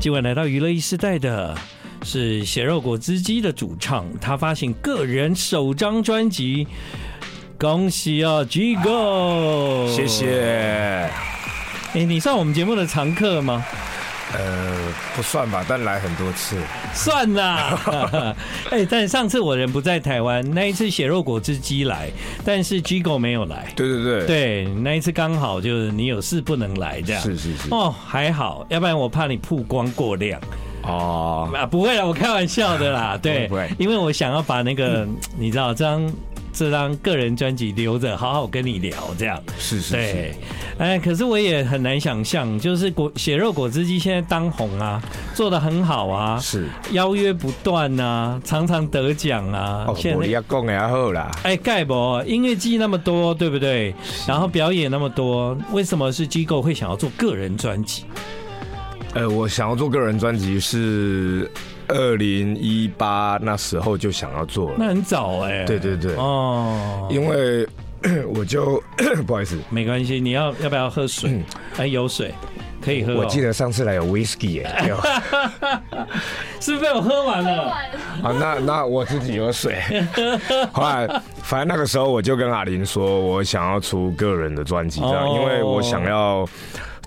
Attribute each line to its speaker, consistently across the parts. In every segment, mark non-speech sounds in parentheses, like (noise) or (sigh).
Speaker 1: 今晚来到娱乐一时代的是血肉果汁机的主唱，他发行个人首张专辑。恭喜啊，G Go！
Speaker 2: 谢。谢。
Speaker 1: 哎、你算我们节目的常客
Speaker 2: (laughs)
Speaker 1: 吗？
Speaker 2: 呃，不算吧，但来很多次。
Speaker 1: 算啦。 (laughs) 哎、但上次我人不在台湾，那一次血肉果汁机来，但是 G Go 没有来。
Speaker 2: 对对对，啊
Speaker 1: 对，那一次刚好就是你有事不能来这样。
Speaker 2: 是是是。
Speaker 1: 哦，还好，要不然我怕你曝光过量
Speaker 2: 哦，
Speaker 1: 啊！不会啦，我开玩笑的啦。
Speaker 2: (laughs)
Speaker 1: 对，
Speaker 2: 不会
Speaker 1: 因为我想要把那个，你知道，这张这张个人专辑留着，好好跟你聊这样。
Speaker 2: 是是是
Speaker 1: 对，，哎，可是我也很难想象，就是果血肉果汁机现在当红啊，做的很好啊，
Speaker 2: 是。
Speaker 1: 邀约不断啊，常常得奖啊。
Speaker 2: 哦，
Speaker 1: 现
Speaker 2: 我
Speaker 1: 在
Speaker 2: 要讲也好啦，
Speaker 1: 哎，盖博音乐季那么多，对不对？然后表演那么多，为什么是机构会想要做个人专辑？
Speaker 2: 呃，我想要做个人专辑是二零一八那时候就想要做了，
Speaker 1: 那很早哎、
Speaker 2: 对对对
Speaker 1: 哦，
Speaker 2: 因为 (coughs) 我就 (coughs) 不好意思，
Speaker 1: 没关系，你要要不要喝水？哎，有水可以喝、哦。
Speaker 2: 嗯我记得上次来有 whisky 耶， (laughs) 没有
Speaker 1: 是不是被我喝完了？
Speaker 2: (laughs) 好，那那我自己有水。 (laughs) 后来，反正那个时候我就跟阿林说，我想要出个人的专辑，这样，
Speaker 1: 哦
Speaker 2: 因为我想要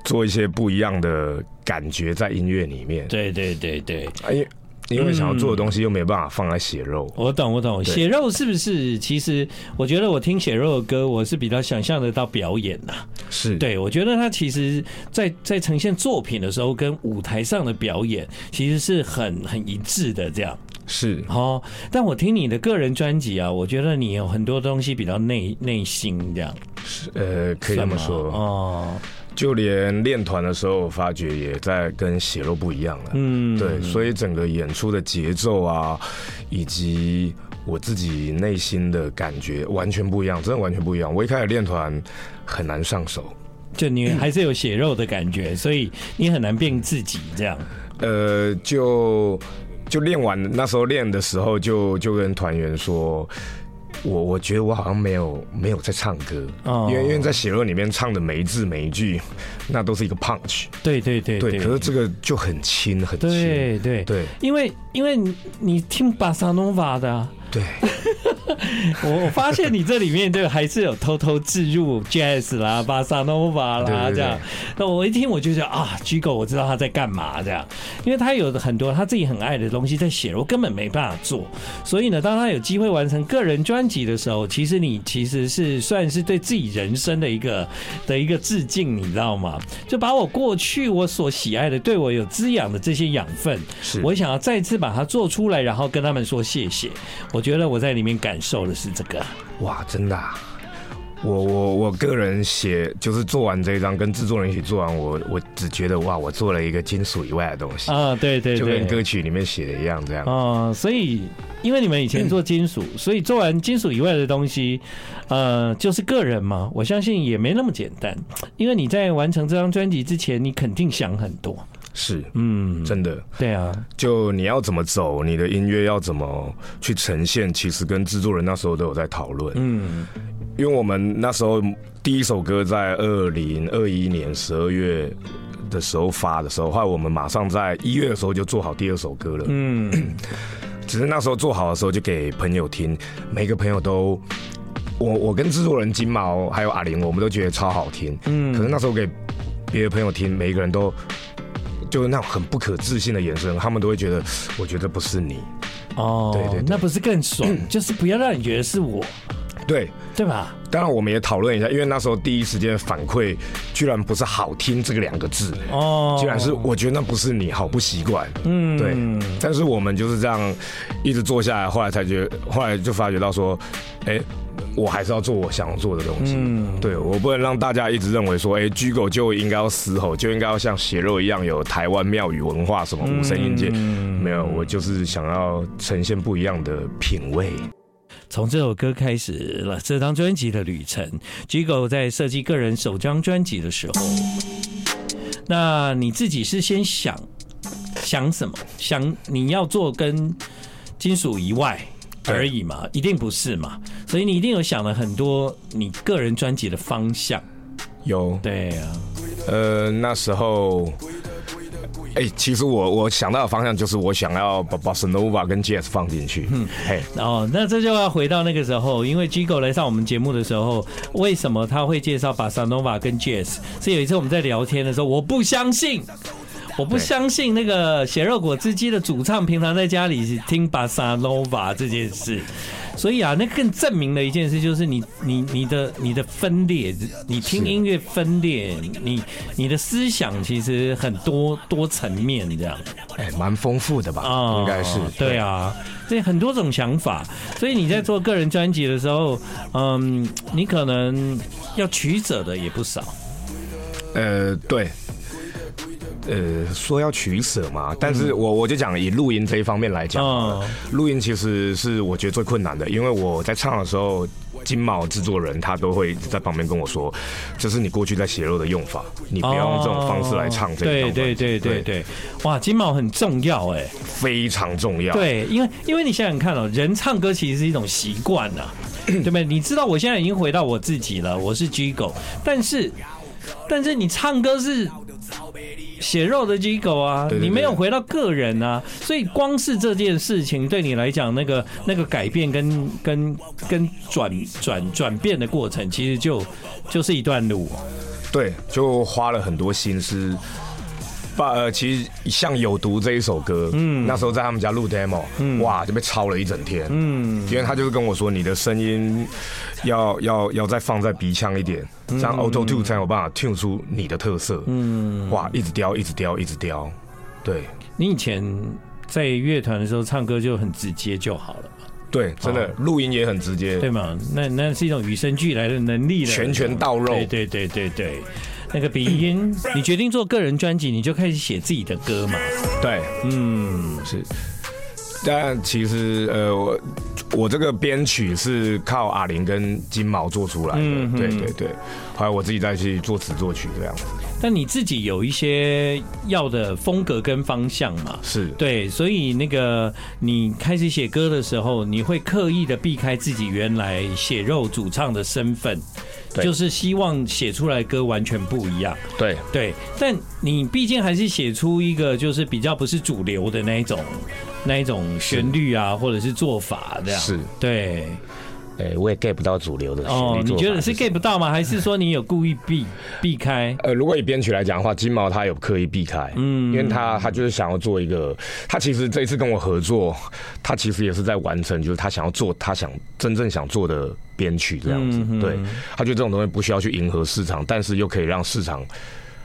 Speaker 2: 做一些不一样的感觉在音乐里面。
Speaker 1: 对嗯对对对，
Speaker 2: 哎，因为想要做的东西又没办法放在血肉。
Speaker 1: 我懂我懂。血肉是不是？其实我觉得我听血肉的歌，我是比较想象得到表演呐、
Speaker 2: 是，
Speaker 1: 对，我觉得他其实在在呈现作品的时候，跟舞台上的表演其实是很很一致的这样。
Speaker 2: 是，
Speaker 1: 哦，但我听你的个人专辑啊，我觉得你有很多东西比较内内心这样，
Speaker 2: 呃，可以这么说。
Speaker 1: 哦，
Speaker 2: 就连练团的时候，我发觉也在跟血肉不一样了。
Speaker 1: 嗯，
Speaker 2: 对，所以整个演出的节奏啊，以及我自己内心的感觉完全不一样，真的完全不一样。我一开始练团很难上手，
Speaker 1: 就你还是有血肉的感觉，所以你很难变自己这样。
Speaker 2: 呃，就就练完那时候练的时候就，就跟团员说。我我觉得我好像没有没有在唱歌，
Speaker 1: 哦
Speaker 2: 因为因为在写论里面唱的每一字每一句，那都是一个 punch，
Speaker 1: 对对对
Speaker 2: 对，可是这个就很轻很轻，
Speaker 1: 对对
Speaker 2: 对
Speaker 1: 因为因为你你听巴萨诺瓦的啊、
Speaker 2: 对，
Speaker 1: 我我发现你这里面就还是有偷偷置入 jazz 啦、巴萨诺瓦
Speaker 2: 对对
Speaker 1: 啦
Speaker 2: 对
Speaker 1: 这样。 (laughs) 那我一听我就觉得啊，Gigo 我知道他在干嘛这样，因为他有很多他自己很爱的东西在写，我根本没办法做。所以呢，当他有机会完成个人专辑的时候，其实你其实是算是对自己人生的一个的一个致敬，你知道吗？就把我过去我所喜爱的、对我有滋养的这些养分，
Speaker 2: 是
Speaker 1: 我想要再次把它做出来，然后跟他们说谢谢。我觉得我在里面感受的是这个，
Speaker 2: 哇，真的、啊！我我我个人写就是做完这一张，跟制作人一起做完，我我只觉得哇，我做了一个金属以外的东西，
Speaker 1: 啊，对对
Speaker 2: 就跟
Speaker 1: 对。
Speaker 2: 歌曲里面写的一样，这样。
Speaker 1: 哦，所以因为你们以前做金属，所以做完金属以外的东西，呃，就是个人嘛，我相信也没那么简单，因为你在完成这张专辑之前，你肯定想很多，
Speaker 2: 是，
Speaker 1: 嗯，
Speaker 2: 真的。
Speaker 1: 对啊，
Speaker 2: 就你要怎么走，你的音乐要怎么去呈现，其实跟制作人那时候都有在讨论。
Speaker 1: 嗯，
Speaker 2: 因为我们那时候第一首歌在二零二一年十二月的时候发的时候，后来我们马上在一月的时候就做好第二首歌了。
Speaker 1: 嗯，
Speaker 2: 只是那时候做好的时候就给朋友听，每个朋友都，我我跟制作人金毛还有阿玲，我们都觉得超好听。
Speaker 1: 嗯
Speaker 2: 嗯，可是那时候给别的朋友听，每一个人都就是那种很不可置信的眼神，他们都会觉得，我觉得不是你。
Speaker 1: 哦，
Speaker 2: 对对对
Speaker 1: 那不是更爽，就是不要让你觉得是我，
Speaker 2: 对，
Speaker 1: 对吧？
Speaker 2: 当然我们也讨论一下，因为那时候第一时间反馈居然不是好听这个两个字。
Speaker 1: 哦，
Speaker 2: 居然是我觉得那不是你，好不习惯。
Speaker 1: 嗯
Speaker 2: 对，但是我们就是这样一直做下来，后来才觉，后来就发觉到说，哎、我还是要做我想做的东西。
Speaker 1: 嗯
Speaker 2: 对我不能让大家一直认为说，哎、居狗就应该要嘶吼，就应该要像血肉一样有台湾庙宇文化什
Speaker 1: 嗯
Speaker 2: 么五声音阶。没有，我就是想要呈现不一样的品味。
Speaker 1: 从这首歌开始了这张专辑的旅程。Gigo 在设计个人首张专辑的时候，那你自己是先想想什么？想你要做跟金属以外
Speaker 2: 对
Speaker 1: 而已嘛？一定不是嘛？所以你一定有想了很多你个人专辑的方向。
Speaker 2: 有，
Speaker 1: 对啊，
Speaker 2: 呃，那时候哎、其实我我想到的方向就是我想要把把 s n o v a 跟 Jazz 放进去。嗯，嘿，
Speaker 1: 哦，那这就要回到那个时候，因为 Gigo 来上我们节目的时候，为什么他会介绍把 s a n o v a 跟 Jazz？是有一次我们在聊天的时候，我不相信。我不相信那个血肉果汁机的主唱平常在家里听巴萨诺瓦这件事，所以啊，那更证明了一件事，就是你你你的你的分裂，你听
Speaker 2: 是
Speaker 1: 音乐分裂，你你的思想其实很多多层面这样。
Speaker 2: 哎、蛮丰富的吧？
Speaker 1: 啊，
Speaker 2: 应该是
Speaker 1: 对。啊，所以很多种想法，所以你在做个人专辑的时候，嗯，你可能要取舍的也不少，
Speaker 2: 呃，对。呃，说要取舍嘛，但是我我就讲以录音这一方面来讲，
Speaker 1: 嗯
Speaker 2: 录音其实是我觉得最困难的，因为我在唱的时候，金毛制作人他都会在旁边跟我说，这是你过去在写肉的用法，你不要用这种方式来唱这一
Speaker 1: 哦对
Speaker 2: 张专辑
Speaker 1: 对对对对，哇，金毛很重要哎、
Speaker 2: 非常重要。
Speaker 1: 对，因为因为你想想看哦，人唱歌其实是一种习惯
Speaker 2: (clears throat)
Speaker 1: 呐、对不对？你知道我现在已经回到我自己了，我是 G 狗，但是但是你唱歌是。血肉的 G 狗啊，
Speaker 2: 对对对
Speaker 1: 你没有回到个人啊，所以光是这件事情对你来讲，那个那个改变跟跟跟转转转变的过程，其实就就是一段路、哦
Speaker 2: 对，就花了很多心思。把呃，其实像《有毒》这一首歌，嗯，那时候在他们家录 demo，嗯，哇，就被抄了一整天，嗯，因为他就是跟我说，你的声音要要要再放在鼻腔一点，这样 auto tune 才有办法 tune 出你的特色，嗯，哇，一直雕，一直雕，一直雕，对
Speaker 1: 你以前在乐团的时候唱歌就很直接就好了。
Speaker 2: 对，真的录音也很直
Speaker 1: 对
Speaker 2: 接，
Speaker 1: 嘛？那那是一种与生俱来的能力了，
Speaker 2: 拳拳到肉
Speaker 1: 对对对对对，那个鼻音，你决定做个人专辑，你就开始写自己的歌嘛？
Speaker 2: 对，
Speaker 1: 嗯，
Speaker 2: 是。但其实，呃，我我这个编曲是靠阿玲跟金毛做出来的，
Speaker 1: 嗯
Speaker 2: 对对对。后来我自己再去作词作曲这样子，
Speaker 1: 但你自己有一些要的风格跟方向嘛？
Speaker 2: 是
Speaker 1: 对，所以那个你开始写歌的时候，你会刻意的避开自己原来血肉主唱的身份，
Speaker 2: 对
Speaker 1: 就是希望写出来的歌完全不一样。
Speaker 2: 对
Speaker 1: 对，但你毕竟还是写出一个就是比较不是主流的那一种那一种旋律啊，或者是做法这样。
Speaker 2: 是，
Speaker 1: 对。
Speaker 3: 对，哎我也 get 不到主流的
Speaker 1: 哦，
Speaker 3: 旋律
Speaker 1: 你
Speaker 3: 做
Speaker 1: 觉
Speaker 3: 法
Speaker 1: 得是
Speaker 3: 是
Speaker 1: get 不到吗？还是说你有故意避避开？
Speaker 2: 呃，如果以编曲来讲的话，金毛他有刻意避开，嗯，因为他他就是想要做一个，他其实这一次跟我合作，他其实也是在完成，就是他想要做他想真正想做的编曲这样子，对，他觉得这种东西不需要去迎合市场，但是又可以让市场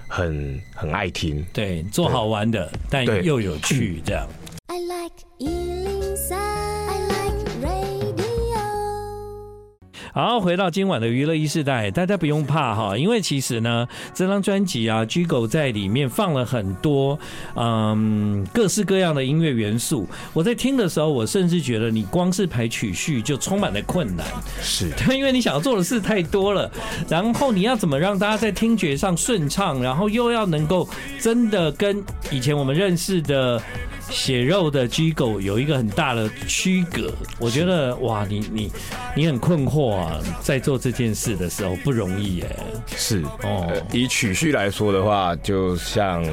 Speaker 2: 很很爱听，
Speaker 1: 对，做好玩的，但
Speaker 2: 对
Speaker 1: 又有趣这样。
Speaker 4: I like Ealing Sound. I like radio.
Speaker 1: 好，回到今晚的娱乐一世代，大家不用怕哈，因为其实呢，这张专辑啊，G 狗在里面放了很多嗯各式各样的音乐元素。我在听的时候，我甚至觉得你光是排曲序就充满了困难，
Speaker 2: 是。
Speaker 1: (laughs) 对，因为你想要做的事太多了，然后你要怎么让大家在听觉上顺畅，然后又要能够真的跟以前我们认识的血肉的 G 狗有一个很大的区隔。我觉得哇，你你你很困惑啊，在做这件事的时候不容易耶。
Speaker 2: 是
Speaker 1: 哦
Speaker 2: 哦、呃以曲序来说的话，就像，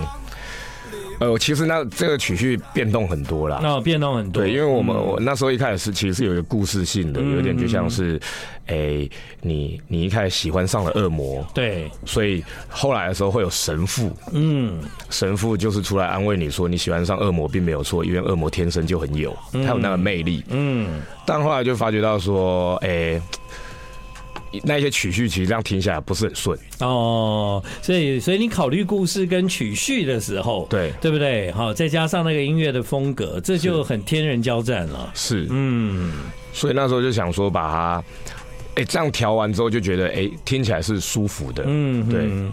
Speaker 2: 呃，其实那这个曲序变动很多啦。
Speaker 1: 那我变动很多，嗯
Speaker 2: 对，因为我们、我那时候一开始是其实是有一个故事性的，有点就像
Speaker 1: 嗯
Speaker 2: 是，哎、你你一开始喜欢上了恶魔，
Speaker 1: 对，
Speaker 2: 所以后来的时候会有神父，
Speaker 1: 嗯，
Speaker 2: 神父就是出来安慰你说你喜欢上恶魔并没有错，因为恶魔天生就很有，他有那个魅力。嗯，但后来就发觉到说，哎、那一些曲序其实这样听下来不是很顺，
Speaker 1: 哦，所以所以你考虑故事跟曲序的时候，
Speaker 2: 对
Speaker 1: 对不对？好，再加上那个音乐的风格，这就很天人交战了。
Speaker 2: 是，
Speaker 1: 嗯，
Speaker 2: 所以那时候就想说把它，哎、这样调完之后就觉得，哎、听起来是舒服的。
Speaker 1: 嗯，
Speaker 2: 对
Speaker 1: 嗯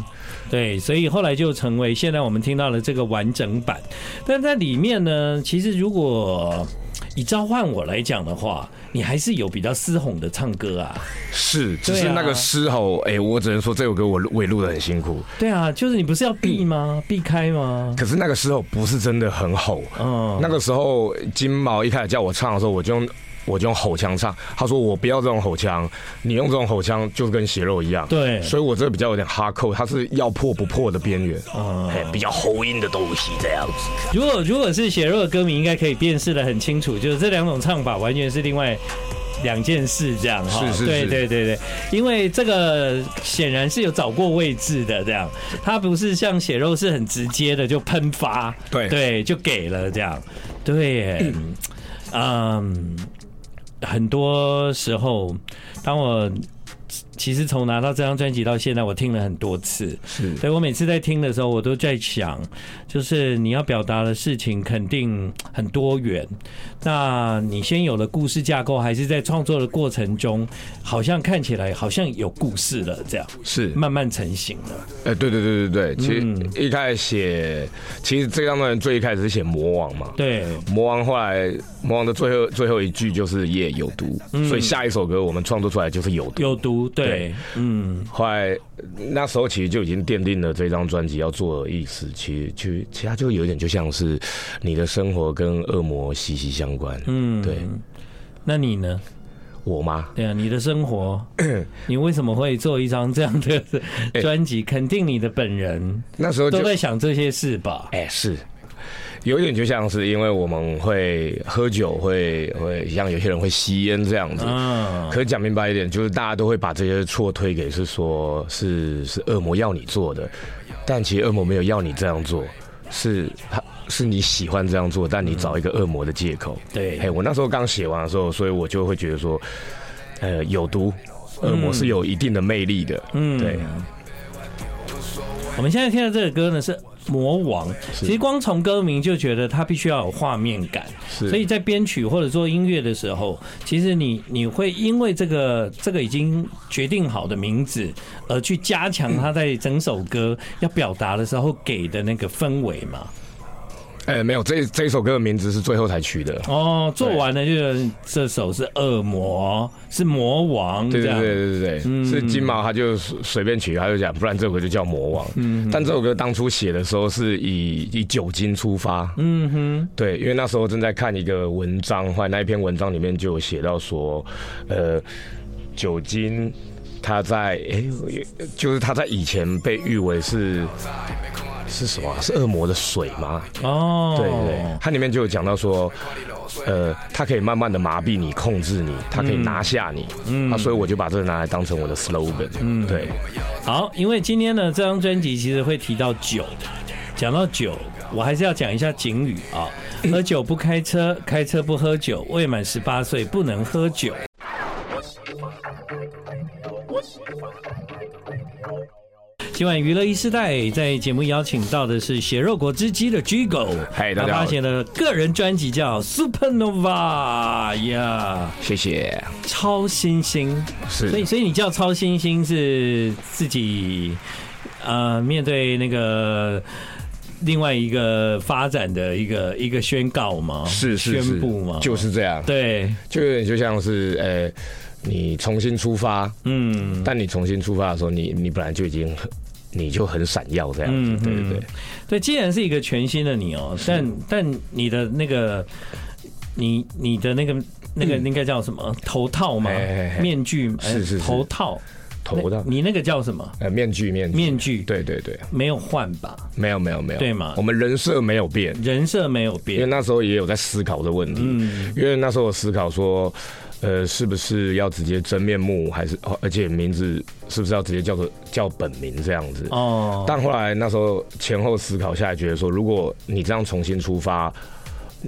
Speaker 1: 对，所以后来就成为现在我们听到了这个完整版。但在里面呢，其实如果以召唤我来讲的话，你还是有比较嘶吼的唱歌啊。
Speaker 2: 是，只
Speaker 1: 对
Speaker 2: 是
Speaker 1: 啊
Speaker 2: 那个嘶吼，哎、我只能说这首歌我录我也录的很辛苦，
Speaker 1: 对啊，就是你不是要避吗？避开吗？
Speaker 2: 可是那个嘶吼不是真的很吼。
Speaker 1: 嗯，
Speaker 2: 那个时候金毛一开始叫我唱的时候，我就用。我就用吼腔唱。他说我不要这种吼腔，你用这种吼腔就是跟血肉一样。
Speaker 1: 对
Speaker 2: 所以我这个比较有点哈扣，它是要破不破的边缘。
Speaker 1: 嗯
Speaker 3: 哎，比较喉音的东西这样子。
Speaker 1: 如果如果是血肉的歌迷，应该可以辨识的很清楚，就是这两种唱法完全是另外。两件事这样哈，
Speaker 2: 是是
Speaker 1: 对
Speaker 2: 是
Speaker 1: 对对对，因为这个显然是有找过位置的，这样，它不是像血肉是很直接的就喷发，
Speaker 2: 对
Speaker 1: 对，就给了这样，对耶，嗯，很多时候，当我其实从拿到这张专辑到现在，我听了很多次，
Speaker 2: 是
Speaker 1: 对我每次在听的时候，我都在想，就是你要表达的事情肯定很多元。那你先有了故事架构，还是在创作的过程中，好像看起来好像有故事了，这样
Speaker 2: 是，
Speaker 1: 慢慢成型了。
Speaker 2: 哎、对对对对对，其
Speaker 1: 嗯
Speaker 2: 实一开始写，其实这张专辑最一开始是写魔王嘛。
Speaker 1: 对，
Speaker 2: 魔王后来，魔王的最后最后一句就是“夜有毒”，所以下一首歌我们创作出来就是有毒。
Speaker 1: 有毒，嗯对
Speaker 2: 对，
Speaker 1: 嗯，
Speaker 2: 后来那时候其实就已经奠定了这张专辑要做的意思，其实其实其他就有点就像是你的生活跟恶魔息息相关。嗯，对
Speaker 1: 那你呢？
Speaker 2: 我吗？
Speaker 1: 对啊，你的生
Speaker 2: (clears throat)
Speaker 1: 活，你为什么会做一张这样的专
Speaker 2: 哎
Speaker 1: 辑？肯定你的本人
Speaker 2: 那时候
Speaker 1: 都
Speaker 2: 就
Speaker 1: 在想这些事吧？
Speaker 2: 哎、是，有一点就像是因为我们会喝酒，会会像有些人会吸烟这样子。
Speaker 1: 嗯，
Speaker 2: 可讲明白一点，就是大家都会把这些错推给是说是是恶魔要你做的，但其实恶魔没有要你这样做，是他是你喜欢这样做，但你找一个恶魔的借口。
Speaker 1: 嗯对
Speaker 2: 嘿，我那时候刚写完的时候，所以我就会觉得说，呃，有毒。恶魔是有一定的魅力的，嗯，对，
Speaker 1: 我们现在听的这个歌呢是《魔王》，其实光从歌名就觉得它必须要有画面感，
Speaker 2: 是
Speaker 1: 所以在编曲或者做音乐的时候，其实你你会因为这个这个已经决定好的名字，而去加强它在整首歌要表达的时候给的那个氛围嘛。
Speaker 2: 哎、没有，这这一首歌的名字是最后才取的，
Speaker 1: 哦，做完了就是这首是恶魔，是魔王
Speaker 2: 对
Speaker 1: 这
Speaker 2: 对
Speaker 1: 样。嗯
Speaker 2: 对对对对，是金毛，他就随随便取，他就讲，不然这首歌就叫魔王。
Speaker 1: 嗯
Speaker 2: 但这首歌当初写的时候是以以酒精出发，嗯哼，对，因为那时候正在看一个文章，后来那一篇文章里面就有写到说，呃，酒精。它在诶、就是它在以前被誉为是是什么啊、是恶魔的水吗？
Speaker 1: 哦，
Speaker 2: 对对对，它里面就有讲到说，呃，它可以慢慢的麻痹你、控制你，它可以拿下你，嗯，啊，所以我就把这个拿来当成我的 slogan，嗯，对，
Speaker 1: 好，因为今天呢，这张专辑其实会提到酒，讲到酒，我还是要讲一下警语啊、喝酒不开车，开车不喝酒，未满十八岁不能喝酒。今晚娱乐一时代在节目邀请到的是血肉果汁机的 Gigo，
Speaker 2: 嗨
Speaker 1: 他
Speaker 2: 大家好
Speaker 1: 发行了个人专辑叫 Supernova 呀、
Speaker 2: 谢谢，
Speaker 1: 超新星。所以，
Speaker 2: 是
Speaker 1: 所以你叫超新星是自己呃面对那个另外一个发展的一个一个宣告吗？
Speaker 2: 是是
Speaker 1: 宣
Speaker 2: 是
Speaker 1: 布吗？，
Speaker 2: 就是这样，
Speaker 1: 对，
Speaker 2: 就有点就像是，呃，你重新出发，
Speaker 1: 嗯，
Speaker 2: 但你重新出发的时候，你你本来就已经很，你就很闪耀这样
Speaker 1: 嗯
Speaker 2: 子，对对对，
Speaker 1: 对，既然是一个全新的你哦、但但你的那个你你的那个。那个应该叫什么头套吗
Speaker 2: 嗯嘿嘿？嘿
Speaker 1: 面具哎
Speaker 2: 是是是
Speaker 1: 头套，
Speaker 2: 头的
Speaker 1: 那，你那个叫什么？
Speaker 2: 呃，面具面具
Speaker 1: 面具
Speaker 2: 对对对，
Speaker 1: 没有换吧？
Speaker 2: 没有没有没有，
Speaker 1: 对嘛
Speaker 2: 我们人设没有变，
Speaker 1: 人设没有
Speaker 2: 因为
Speaker 1: 变，
Speaker 2: 那时候也有在思考这问题，因为那时候我思考说，呃，是不是要直接真面目，还是哦而且名字是不是要直接叫做叫本名这样子？
Speaker 1: 哦，
Speaker 2: 但后来那时候前后思考下来，觉得说，如果你这样重新出发，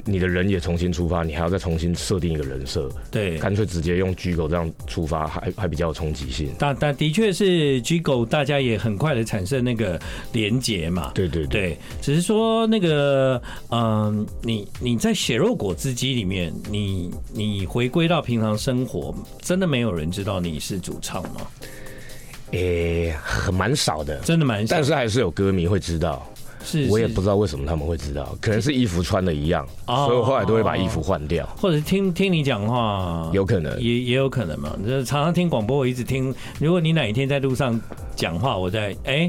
Speaker 2: 你的人也重新出发，你还要再重新设定一个人设，
Speaker 1: 对，
Speaker 2: 干脆直接用居狗这样出发，还还比较有冲击性。
Speaker 1: 但但的确是 G 狗，大家也很快的产生那个连结嘛。
Speaker 2: 对对对，
Speaker 1: 对，只是说那个，嗯、你你在血肉果汁机里面，你你回归到平常生活，真的没有人知道你是主唱吗？
Speaker 2: 诶、很蛮少的，
Speaker 1: 真的蛮少，
Speaker 2: 但是还是有歌迷会知道。
Speaker 1: 是
Speaker 2: 我也不，知道为什么他们会知道，可能是衣服穿的一样，
Speaker 1: 哦
Speaker 2: 所以我后来都会把衣服换掉，
Speaker 1: 是或者是听听你讲话，
Speaker 2: 有可能。
Speaker 1: 也也有可能嘛。就是常常听广播，我一直听。如果你哪一天在路上讲话，我在哎、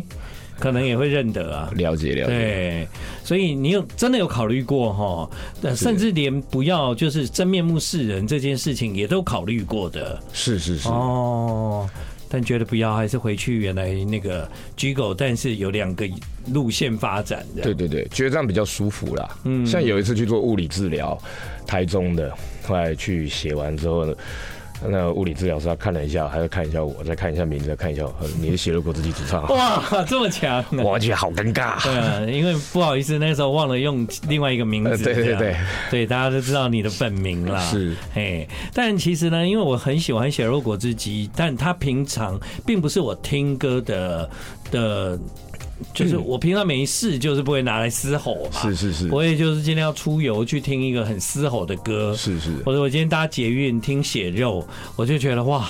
Speaker 1: 可能也会认得啊。
Speaker 2: 了解了解。
Speaker 1: 对，所以你有真的有考虑过哈？呃甚至连不要就是真面目示人这件事情也都考虑过的
Speaker 2: 是是是，
Speaker 1: 哦。但觉得不要，还是回去原来那个 G 狗，但是有两个路线发展的。
Speaker 2: 对对对，觉得这样比较舒服啦。嗯，像有一次去做物理治疗，台中的，后来去写完之后呢。那物理治疗师他看了一下，还要看一下我，再看一下名字，再看一下我，呃你是写了国自己主唱，
Speaker 1: 哦哇，这么强、啊！
Speaker 2: 我觉得好尴尬。
Speaker 1: 对啊，因为不好意思，那时候忘了用另外一个名字、
Speaker 2: 呃对对
Speaker 1: 这样
Speaker 2: 对
Speaker 1: 对，大家都知道你的本名啦。
Speaker 2: 是，
Speaker 1: 哎，但其实呢，因为我很喜欢血肉果汁机，但它平常并不是我听歌的的。就是我平常没事，就是不会拿来嘶吼嘛。
Speaker 2: 嗯是是是
Speaker 1: 我也就是今天要出游去听一个很嘶吼的歌。
Speaker 2: 是是
Speaker 1: 或者我今天搭捷运听血肉，我就觉得哇。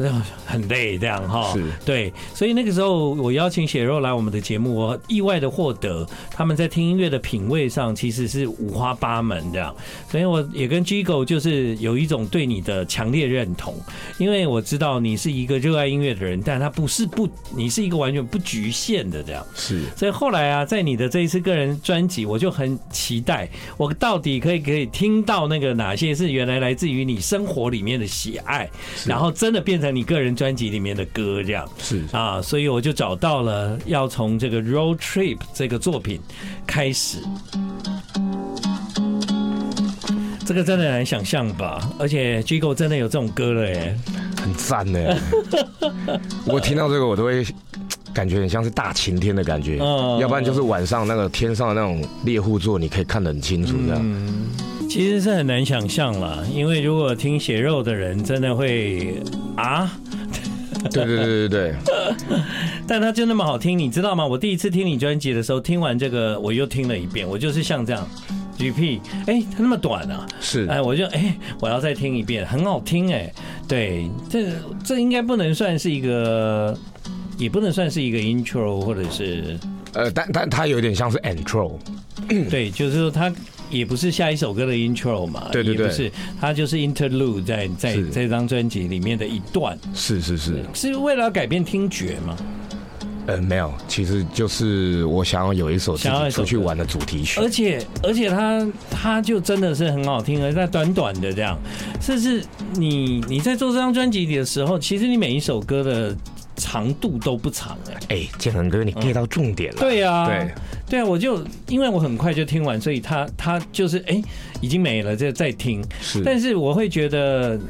Speaker 1: 那很累，这样哈，
Speaker 2: 是
Speaker 1: 对，所以那个时候我邀请血肉来我们的节目，我意外的获得他们在听音乐的品味上其实是五花八门这样，所以我也跟 Gigo 就是有一种对你的强烈认同，因为我知道你是一个热爱音乐的人，但他不是不，你是一个完全不局限的这样，
Speaker 2: 是，
Speaker 1: 所以后来啊，在你的这一次个人专辑，我就很期待，我到底可以可以听到那个哪些是原来来自于你生活里面的喜爱，然后真的变成你个人专辑里面的歌这样。
Speaker 2: 是
Speaker 1: 啊，所以我就找到了要从这个《Road Trip》这个作品开始。这个真的很难想象吧？而且 Gigo 真的有这种歌了耶！
Speaker 2: 很赞
Speaker 1: (laughs)
Speaker 2: 呢。我听到这个，我都会感觉很像是大晴天的感觉，
Speaker 1: 嗯
Speaker 2: 要不然就是晚上那个天上的那种猎户座，你可以看得很清楚这样。
Speaker 1: 嗯其实是很难想象啦，因为如果听血肉的人，真的会啊，
Speaker 2: 对对对对对，
Speaker 1: 但它就那么好听，你知道吗？我第一次听你专辑的时候，听完这个我又听了一遍，我就是像这样 repeat，哎、它那么短啊，
Speaker 2: 是
Speaker 1: 哎，我就哎、我要再听一遍，很好听哎、对，这这应该不能算是一个，也不能算是一个 intro，或者是
Speaker 2: 呃，但但它有点像是 intro，嗯
Speaker 1: 对，就是说它也不是下一首歌的 intro 嘛，
Speaker 2: 对对对
Speaker 1: 也不是，它就是 interlude 在在
Speaker 2: 是
Speaker 1: 这张专辑里面的一段，
Speaker 2: 是是是，
Speaker 1: 是为了要改变听觉嘛，
Speaker 2: 呃，没有，其实就是我想要有一首自
Speaker 1: 想要一
Speaker 2: 己
Speaker 1: 首
Speaker 2: 出去
Speaker 1: 歌
Speaker 2: 玩的主题曲
Speaker 1: 而，且而且它它就真的是很好听，而在短短的这样，甚至你你在做这张专辑里的时候，其实你每一首歌的长度都不长哎、
Speaker 2: 哎，建恒哥，你
Speaker 1: 嗯
Speaker 2: get 到重点了。
Speaker 1: 对啊，
Speaker 2: 对
Speaker 1: 对啊，我就因为我很快就听完，所以它它就是哎、已经没了，就再听。
Speaker 2: 是，
Speaker 1: 但是我会觉得，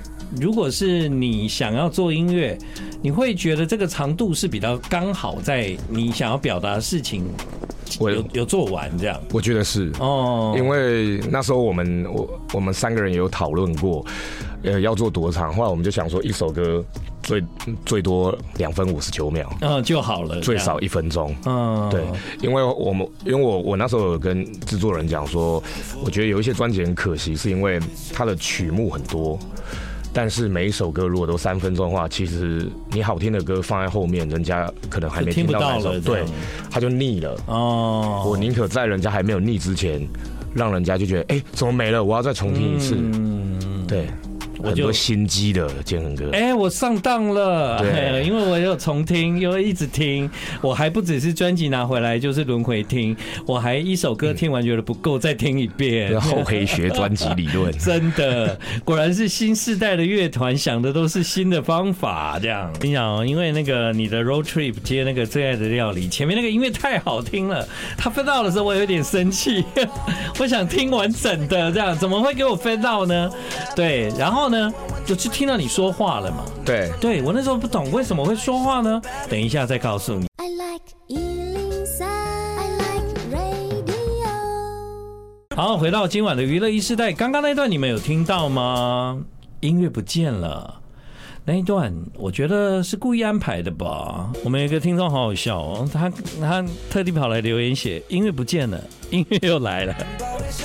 Speaker 1: 如果是你想要做音乐，你会觉得这个长度是比较刚好在你想要表达的事情
Speaker 2: 我
Speaker 1: 有有做完这样
Speaker 2: 我觉得是，
Speaker 1: 哦，
Speaker 2: 因为那时候我们我我们三个人有讨论过，呃，要做多长。后来我们就想说，一首歌最最多两分五十九秒，
Speaker 1: 嗯就好了，
Speaker 2: 最
Speaker 1: 这样
Speaker 2: 少一分钟。
Speaker 1: 嗯，
Speaker 2: 对，因为我们因为我我那时候有跟制作人讲说，我觉得有一些专辑很可惜，是因为它的曲目很多。但是每一首歌如果都三分钟的话，其实你好听的歌放在后面，人家可能还没
Speaker 1: 就听不
Speaker 2: 听到那
Speaker 1: 到了
Speaker 2: 首，
Speaker 1: 这
Speaker 2: 对
Speaker 1: 样，
Speaker 2: 他就腻了。
Speaker 1: 哦，
Speaker 2: 我宁可在人家还没有腻之前，让人家就觉得，哎、怎么没了？我要再重听一次。对，
Speaker 1: 我
Speaker 2: 很
Speaker 1: 就
Speaker 2: 多心机的建恒哥。
Speaker 1: 嗯哎、我上当了，
Speaker 2: 对
Speaker 1: 嘿 (laughs) 因为我有重听，又一直听，我还不只是专辑拿回来，就是轮回听，我还一首
Speaker 2: 嗯
Speaker 1: 歌听完觉得不够，再听一遍，
Speaker 2: 那。厚黑学专辑理 (laughs) 论
Speaker 1: 真 (laughs) 的，果然是新世代的乐团想的都是新的方法。这样，跟你讲哦，因为那个你的 road trip 接那个最爱的料理，前面那个音乐太好听了，他分到的时候我有点生气， (laughs) 我想听完整的，这样怎么会给我分到呢？对，然后呢，就去听到你说话了嘛。
Speaker 2: 对，
Speaker 1: 对我那时候不懂为什么会说话呢？等一下再告诉你。
Speaker 4: I like Ealing Sound. I like radio.
Speaker 1: 好，回到今晚的娱乐一时代，刚刚那段你们有听到吗？音乐不见了。那一段我觉得是故意安排的吧。我们有一个听众好好 (laughs) 笑哦，他他特地跑来留言写音乐不见了，音乐又来了。 (laughs)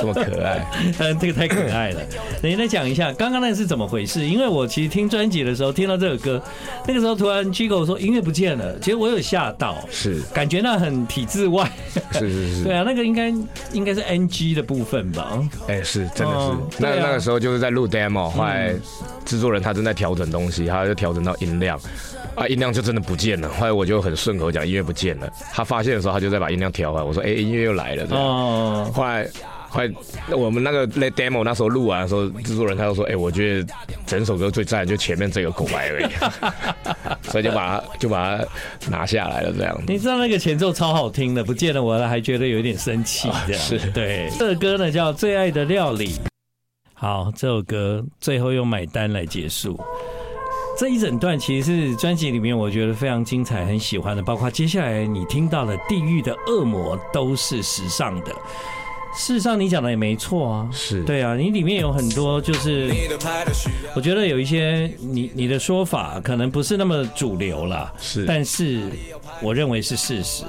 Speaker 2: 这么可爱，
Speaker 1: 嗯，这个太可爱了。等一下再讲一下刚刚那是怎么回事，因为我其实听专辑的时候听到这首歌，那个时候突然 g i g o 说音乐不见了，其实我有吓到，
Speaker 2: 是
Speaker 1: 感觉那很体制外。
Speaker 2: 是
Speaker 1: (laughs) 对
Speaker 2: 是是，
Speaker 1: 啊，那个应该应该是 NG 的部分吧？
Speaker 2: 哎、是真的
Speaker 1: 哦
Speaker 2: 是。那、
Speaker 1: 对啊
Speaker 2: 那个时候就是在录 demo，后来制作人他正在调整东西，他就调整到音量，啊，音量就真的不见了。后来我就很顺口讲音乐不见了，他发现的时候他就再把音量调回来，我说哎、音乐又来了。这样
Speaker 1: 哦，
Speaker 2: 后来。后来我们那个那 demo 那时候录完的时候，制作人他就说：“哎、我觉得整首歌最赞的就前面这个口白而已。” (laughs) 所以就把它就把它拿下来了，这样。
Speaker 1: 你知道那个前奏超好听的，不见了我了还觉得有一点生气这样。
Speaker 2: 是
Speaker 1: 对，这首歌呢叫《最爱的料理》。好，这首歌最后用买单来结束。这一整段其实是专辑里面我觉得非常精彩、很喜欢的，包括接下来你听到的《地狱的恶魔》都是时尚的。事实上，你讲的也没错啊，
Speaker 2: 是
Speaker 1: 对啊，你里面有很多就是我觉得有一些你你的说法可能不是那么主流啦，
Speaker 2: 是
Speaker 1: 但是我认为是事实。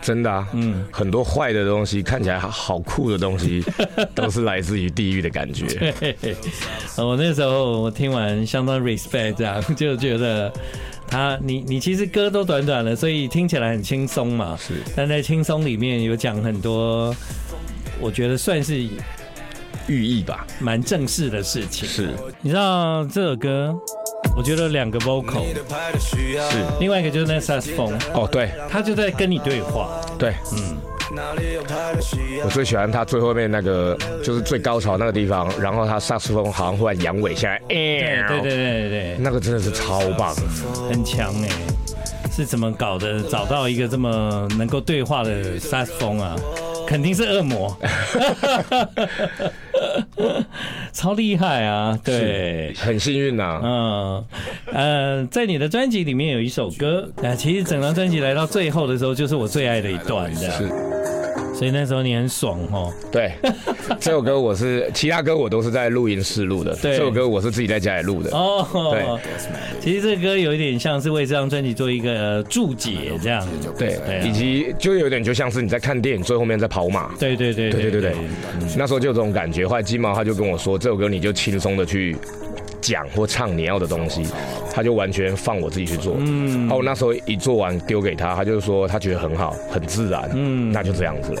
Speaker 2: 真的啊，嗯，很多坏的东西，看起来好酷的东 (laughs) 西，都是来自于地狱的感觉。
Speaker 1: 嘿嘿，呃我那时候我听完相当 respect 这样， (laughs) 就觉得他你你其实歌都短短的，所以听起来很轻松嘛。
Speaker 2: 是
Speaker 1: 但在轻松里面有讲很多，我觉得算是
Speaker 2: 寓意吧？
Speaker 1: 蛮正式的事情。
Speaker 2: 是
Speaker 1: 你知道这首歌，我觉得两个 vocal，
Speaker 2: 是，
Speaker 1: 另外一个就是那 s a x o p h o n
Speaker 2: 哦，对
Speaker 1: 他就在跟你对话。
Speaker 2: 对，嗯。我最喜欢他最后面那个，就是最高潮那个地方，然后他萨克斯风好像忽然阳痿下来，哎、
Speaker 1: 对对对对对。
Speaker 2: 那个真的是超棒，
Speaker 1: 很强哎、是怎么搞的？找到一个这么能够对话的萨克斯风啊，肯定是恶魔， (laughs) 超厉害啊！对。
Speaker 2: 很幸运啊呐、
Speaker 1: 嗯，呃，在你的专辑里面有一首歌，啊、其实整张专辑来到最后的时候，就是我最爱的一段的，
Speaker 2: 是，
Speaker 1: 所以那时候你很爽哦，
Speaker 2: 对， (laughs) 这首歌我是其他歌我都是在录音室录的，
Speaker 1: 对
Speaker 2: 这首歌我是自己在家里录的。
Speaker 1: 哦，其实这歌有一点像是为这张专辑做一个呃注解这样，
Speaker 2: 对
Speaker 1: 对啊，
Speaker 2: 以及就有点就像是你在看电影，最后面在跑马，
Speaker 1: 对对对
Speaker 2: 对对对对，嗯那时候就有这种感觉。后来金毛他就跟我说，这首歌你就轻松的去讲或唱你要的东西，他就完全放我自己去做。哦嗯，哦，我那时候一做完丢给他，他就说他觉得很好，很自然。嗯，那就这样子了。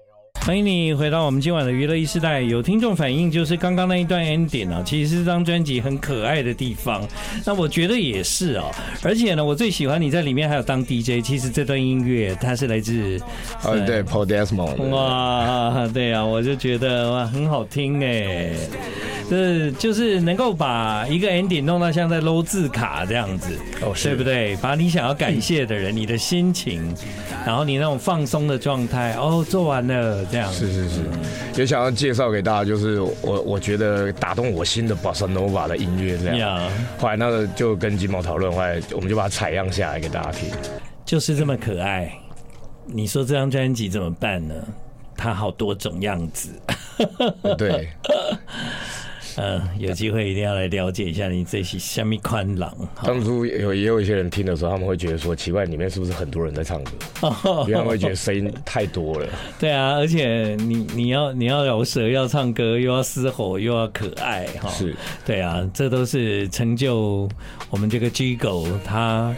Speaker 1: 欢迎你回到我们今晚的娱乐一时代。有听众反映，就是刚刚那一段 ending 啊，其实是这张专辑很可爱的地方。那我觉得也是啊，而且呢，我最喜欢你在里面还有当 DJ。其实这段音乐它是来自
Speaker 2: 哦，对，Paul Desmond，
Speaker 1: 哇，对啊，我就觉得哇很好听哎，这就是能够把一个 ending 弄到像在搂字卡这样子，
Speaker 2: 哦是
Speaker 1: 对不对？把你想要感谢的人、你的心情，然后你那种放松的状态，哦，做完了这样。
Speaker 2: 是是是，
Speaker 1: 嗯
Speaker 2: 也想要介绍给大家，就是我我觉得打动我心的 Bossa Nova 的音乐这样。
Speaker 1: 呀
Speaker 2: 后来那个就跟金毛讨论，后来我们就把它采样下来给大家听。
Speaker 1: 就是这么可爱。你说这张专辑怎么办呢？它好多种样子， (laughs)
Speaker 2: 对，
Speaker 1: 嗯，有机会一定要来了解一下你这些虾米宽朗。 (laughs) 好，
Speaker 2: 当初也有也有一些人听的时候，他们会觉得说奇怪，里面是不是很多人在唱歌？
Speaker 1: (laughs)
Speaker 2: 因为他们会觉得声音太多了。
Speaker 1: 对啊，而且你你要你要饶舌，要唱歌，又要嘶吼，又要可爱，哈，
Speaker 2: 是，
Speaker 1: 对啊，这都是成就我们这个 G 狗他。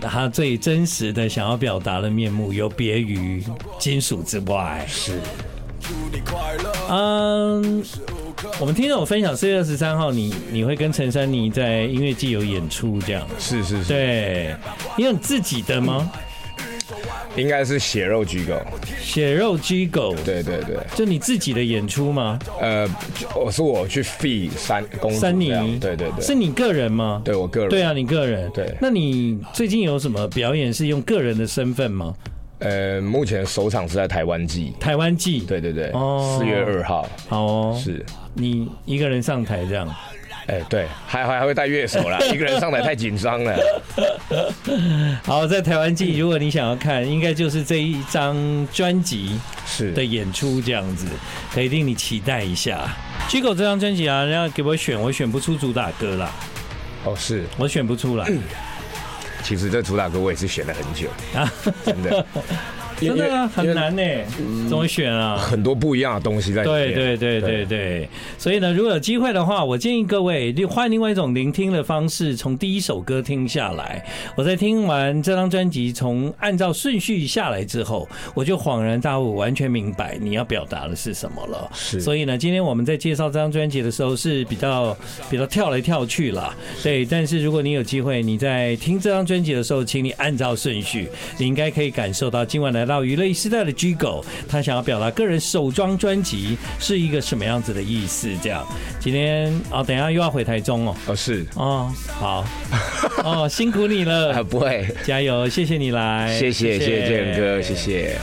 Speaker 1: 他最真实的想要表达的面目，有别于金属之外。
Speaker 2: 是，
Speaker 1: 嗯，我们听众有分享四月二十三号你，你会跟陈珊妮在音乐季有演出这样。
Speaker 2: 是是是，
Speaker 1: 对，你有自己的吗？
Speaker 2: 应该是血肉机构。
Speaker 1: 血肉鸡狗，
Speaker 2: 对对对，
Speaker 1: 就你自己的演出吗？
Speaker 2: 呃，就我是我去 feed 三公主
Speaker 1: 珊
Speaker 2: 这
Speaker 1: 妮，
Speaker 2: 样对对
Speaker 1: 是
Speaker 2: 对，
Speaker 1: 你个人吗？
Speaker 2: 对我个人。
Speaker 1: 对啊，你个人。
Speaker 2: 对
Speaker 1: 那你最近有什么表演是用个人的身份吗？
Speaker 2: 呃，目前首场是在台湾季。
Speaker 1: 台湾季。，
Speaker 2: 对对对，
Speaker 1: 哦
Speaker 2: 四月二号
Speaker 1: 好哦。
Speaker 2: 是。
Speaker 1: 你一个人上台这样。
Speaker 2: 哎，对，还还还会带乐手
Speaker 1: (laughs)
Speaker 2: 啦，一个人上台太紧张了。
Speaker 1: 好，在台湾
Speaker 2: 嗯
Speaker 1: 季，如果你想要看，应该就是这一张专辑。
Speaker 2: 是
Speaker 1: 的，演出这样子，可以令你期待一下。g i g o 这张专辑啊，人家给我选，我选不出主打歌啦，
Speaker 2: 哦是，
Speaker 1: 我选不出来。
Speaker 2: 其实这主打歌我也是选了很久，
Speaker 1: (laughs)
Speaker 2: 真
Speaker 1: 真
Speaker 2: 的，
Speaker 1: 的
Speaker 2: 因为嗯
Speaker 1: 啊很。难呢，怎么选啊？
Speaker 2: 很多不一样的东西在里面。
Speaker 1: 对对对对对，所以呢，如果有机会的话，我建议各位就换另外一种聆听的方式，从第一首歌听下来。我在听完这张专辑，从按照顺序下来之后，我就恍然大悟，完全明白你要表达的是什么了。
Speaker 2: 是
Speaker 1: 所以呢，今天我们在介绍这张专辑的时候是比较比较跳来跳去啦，对。但是如果你有机会，你在听这张专辑的时候，请你按照顺序，你应该可以感受到今晚来到娱乐时代的 G 狗，他想要表达个人首张专辑是一个什么样子的意思。这样，今天哦，等一下又要回台中哦，
Speaker 2: 哦是，
Speaker 1: 哦，好，哦，辛苦你
Speaker 3: 啊，
Speaker 1: 了，
Speaker 3: 不会，
Speaker 2: 哦
Speaker 1: 加油，谢谢你来，
Speaker 3: 谢谢谢谢建哥，谢。谢。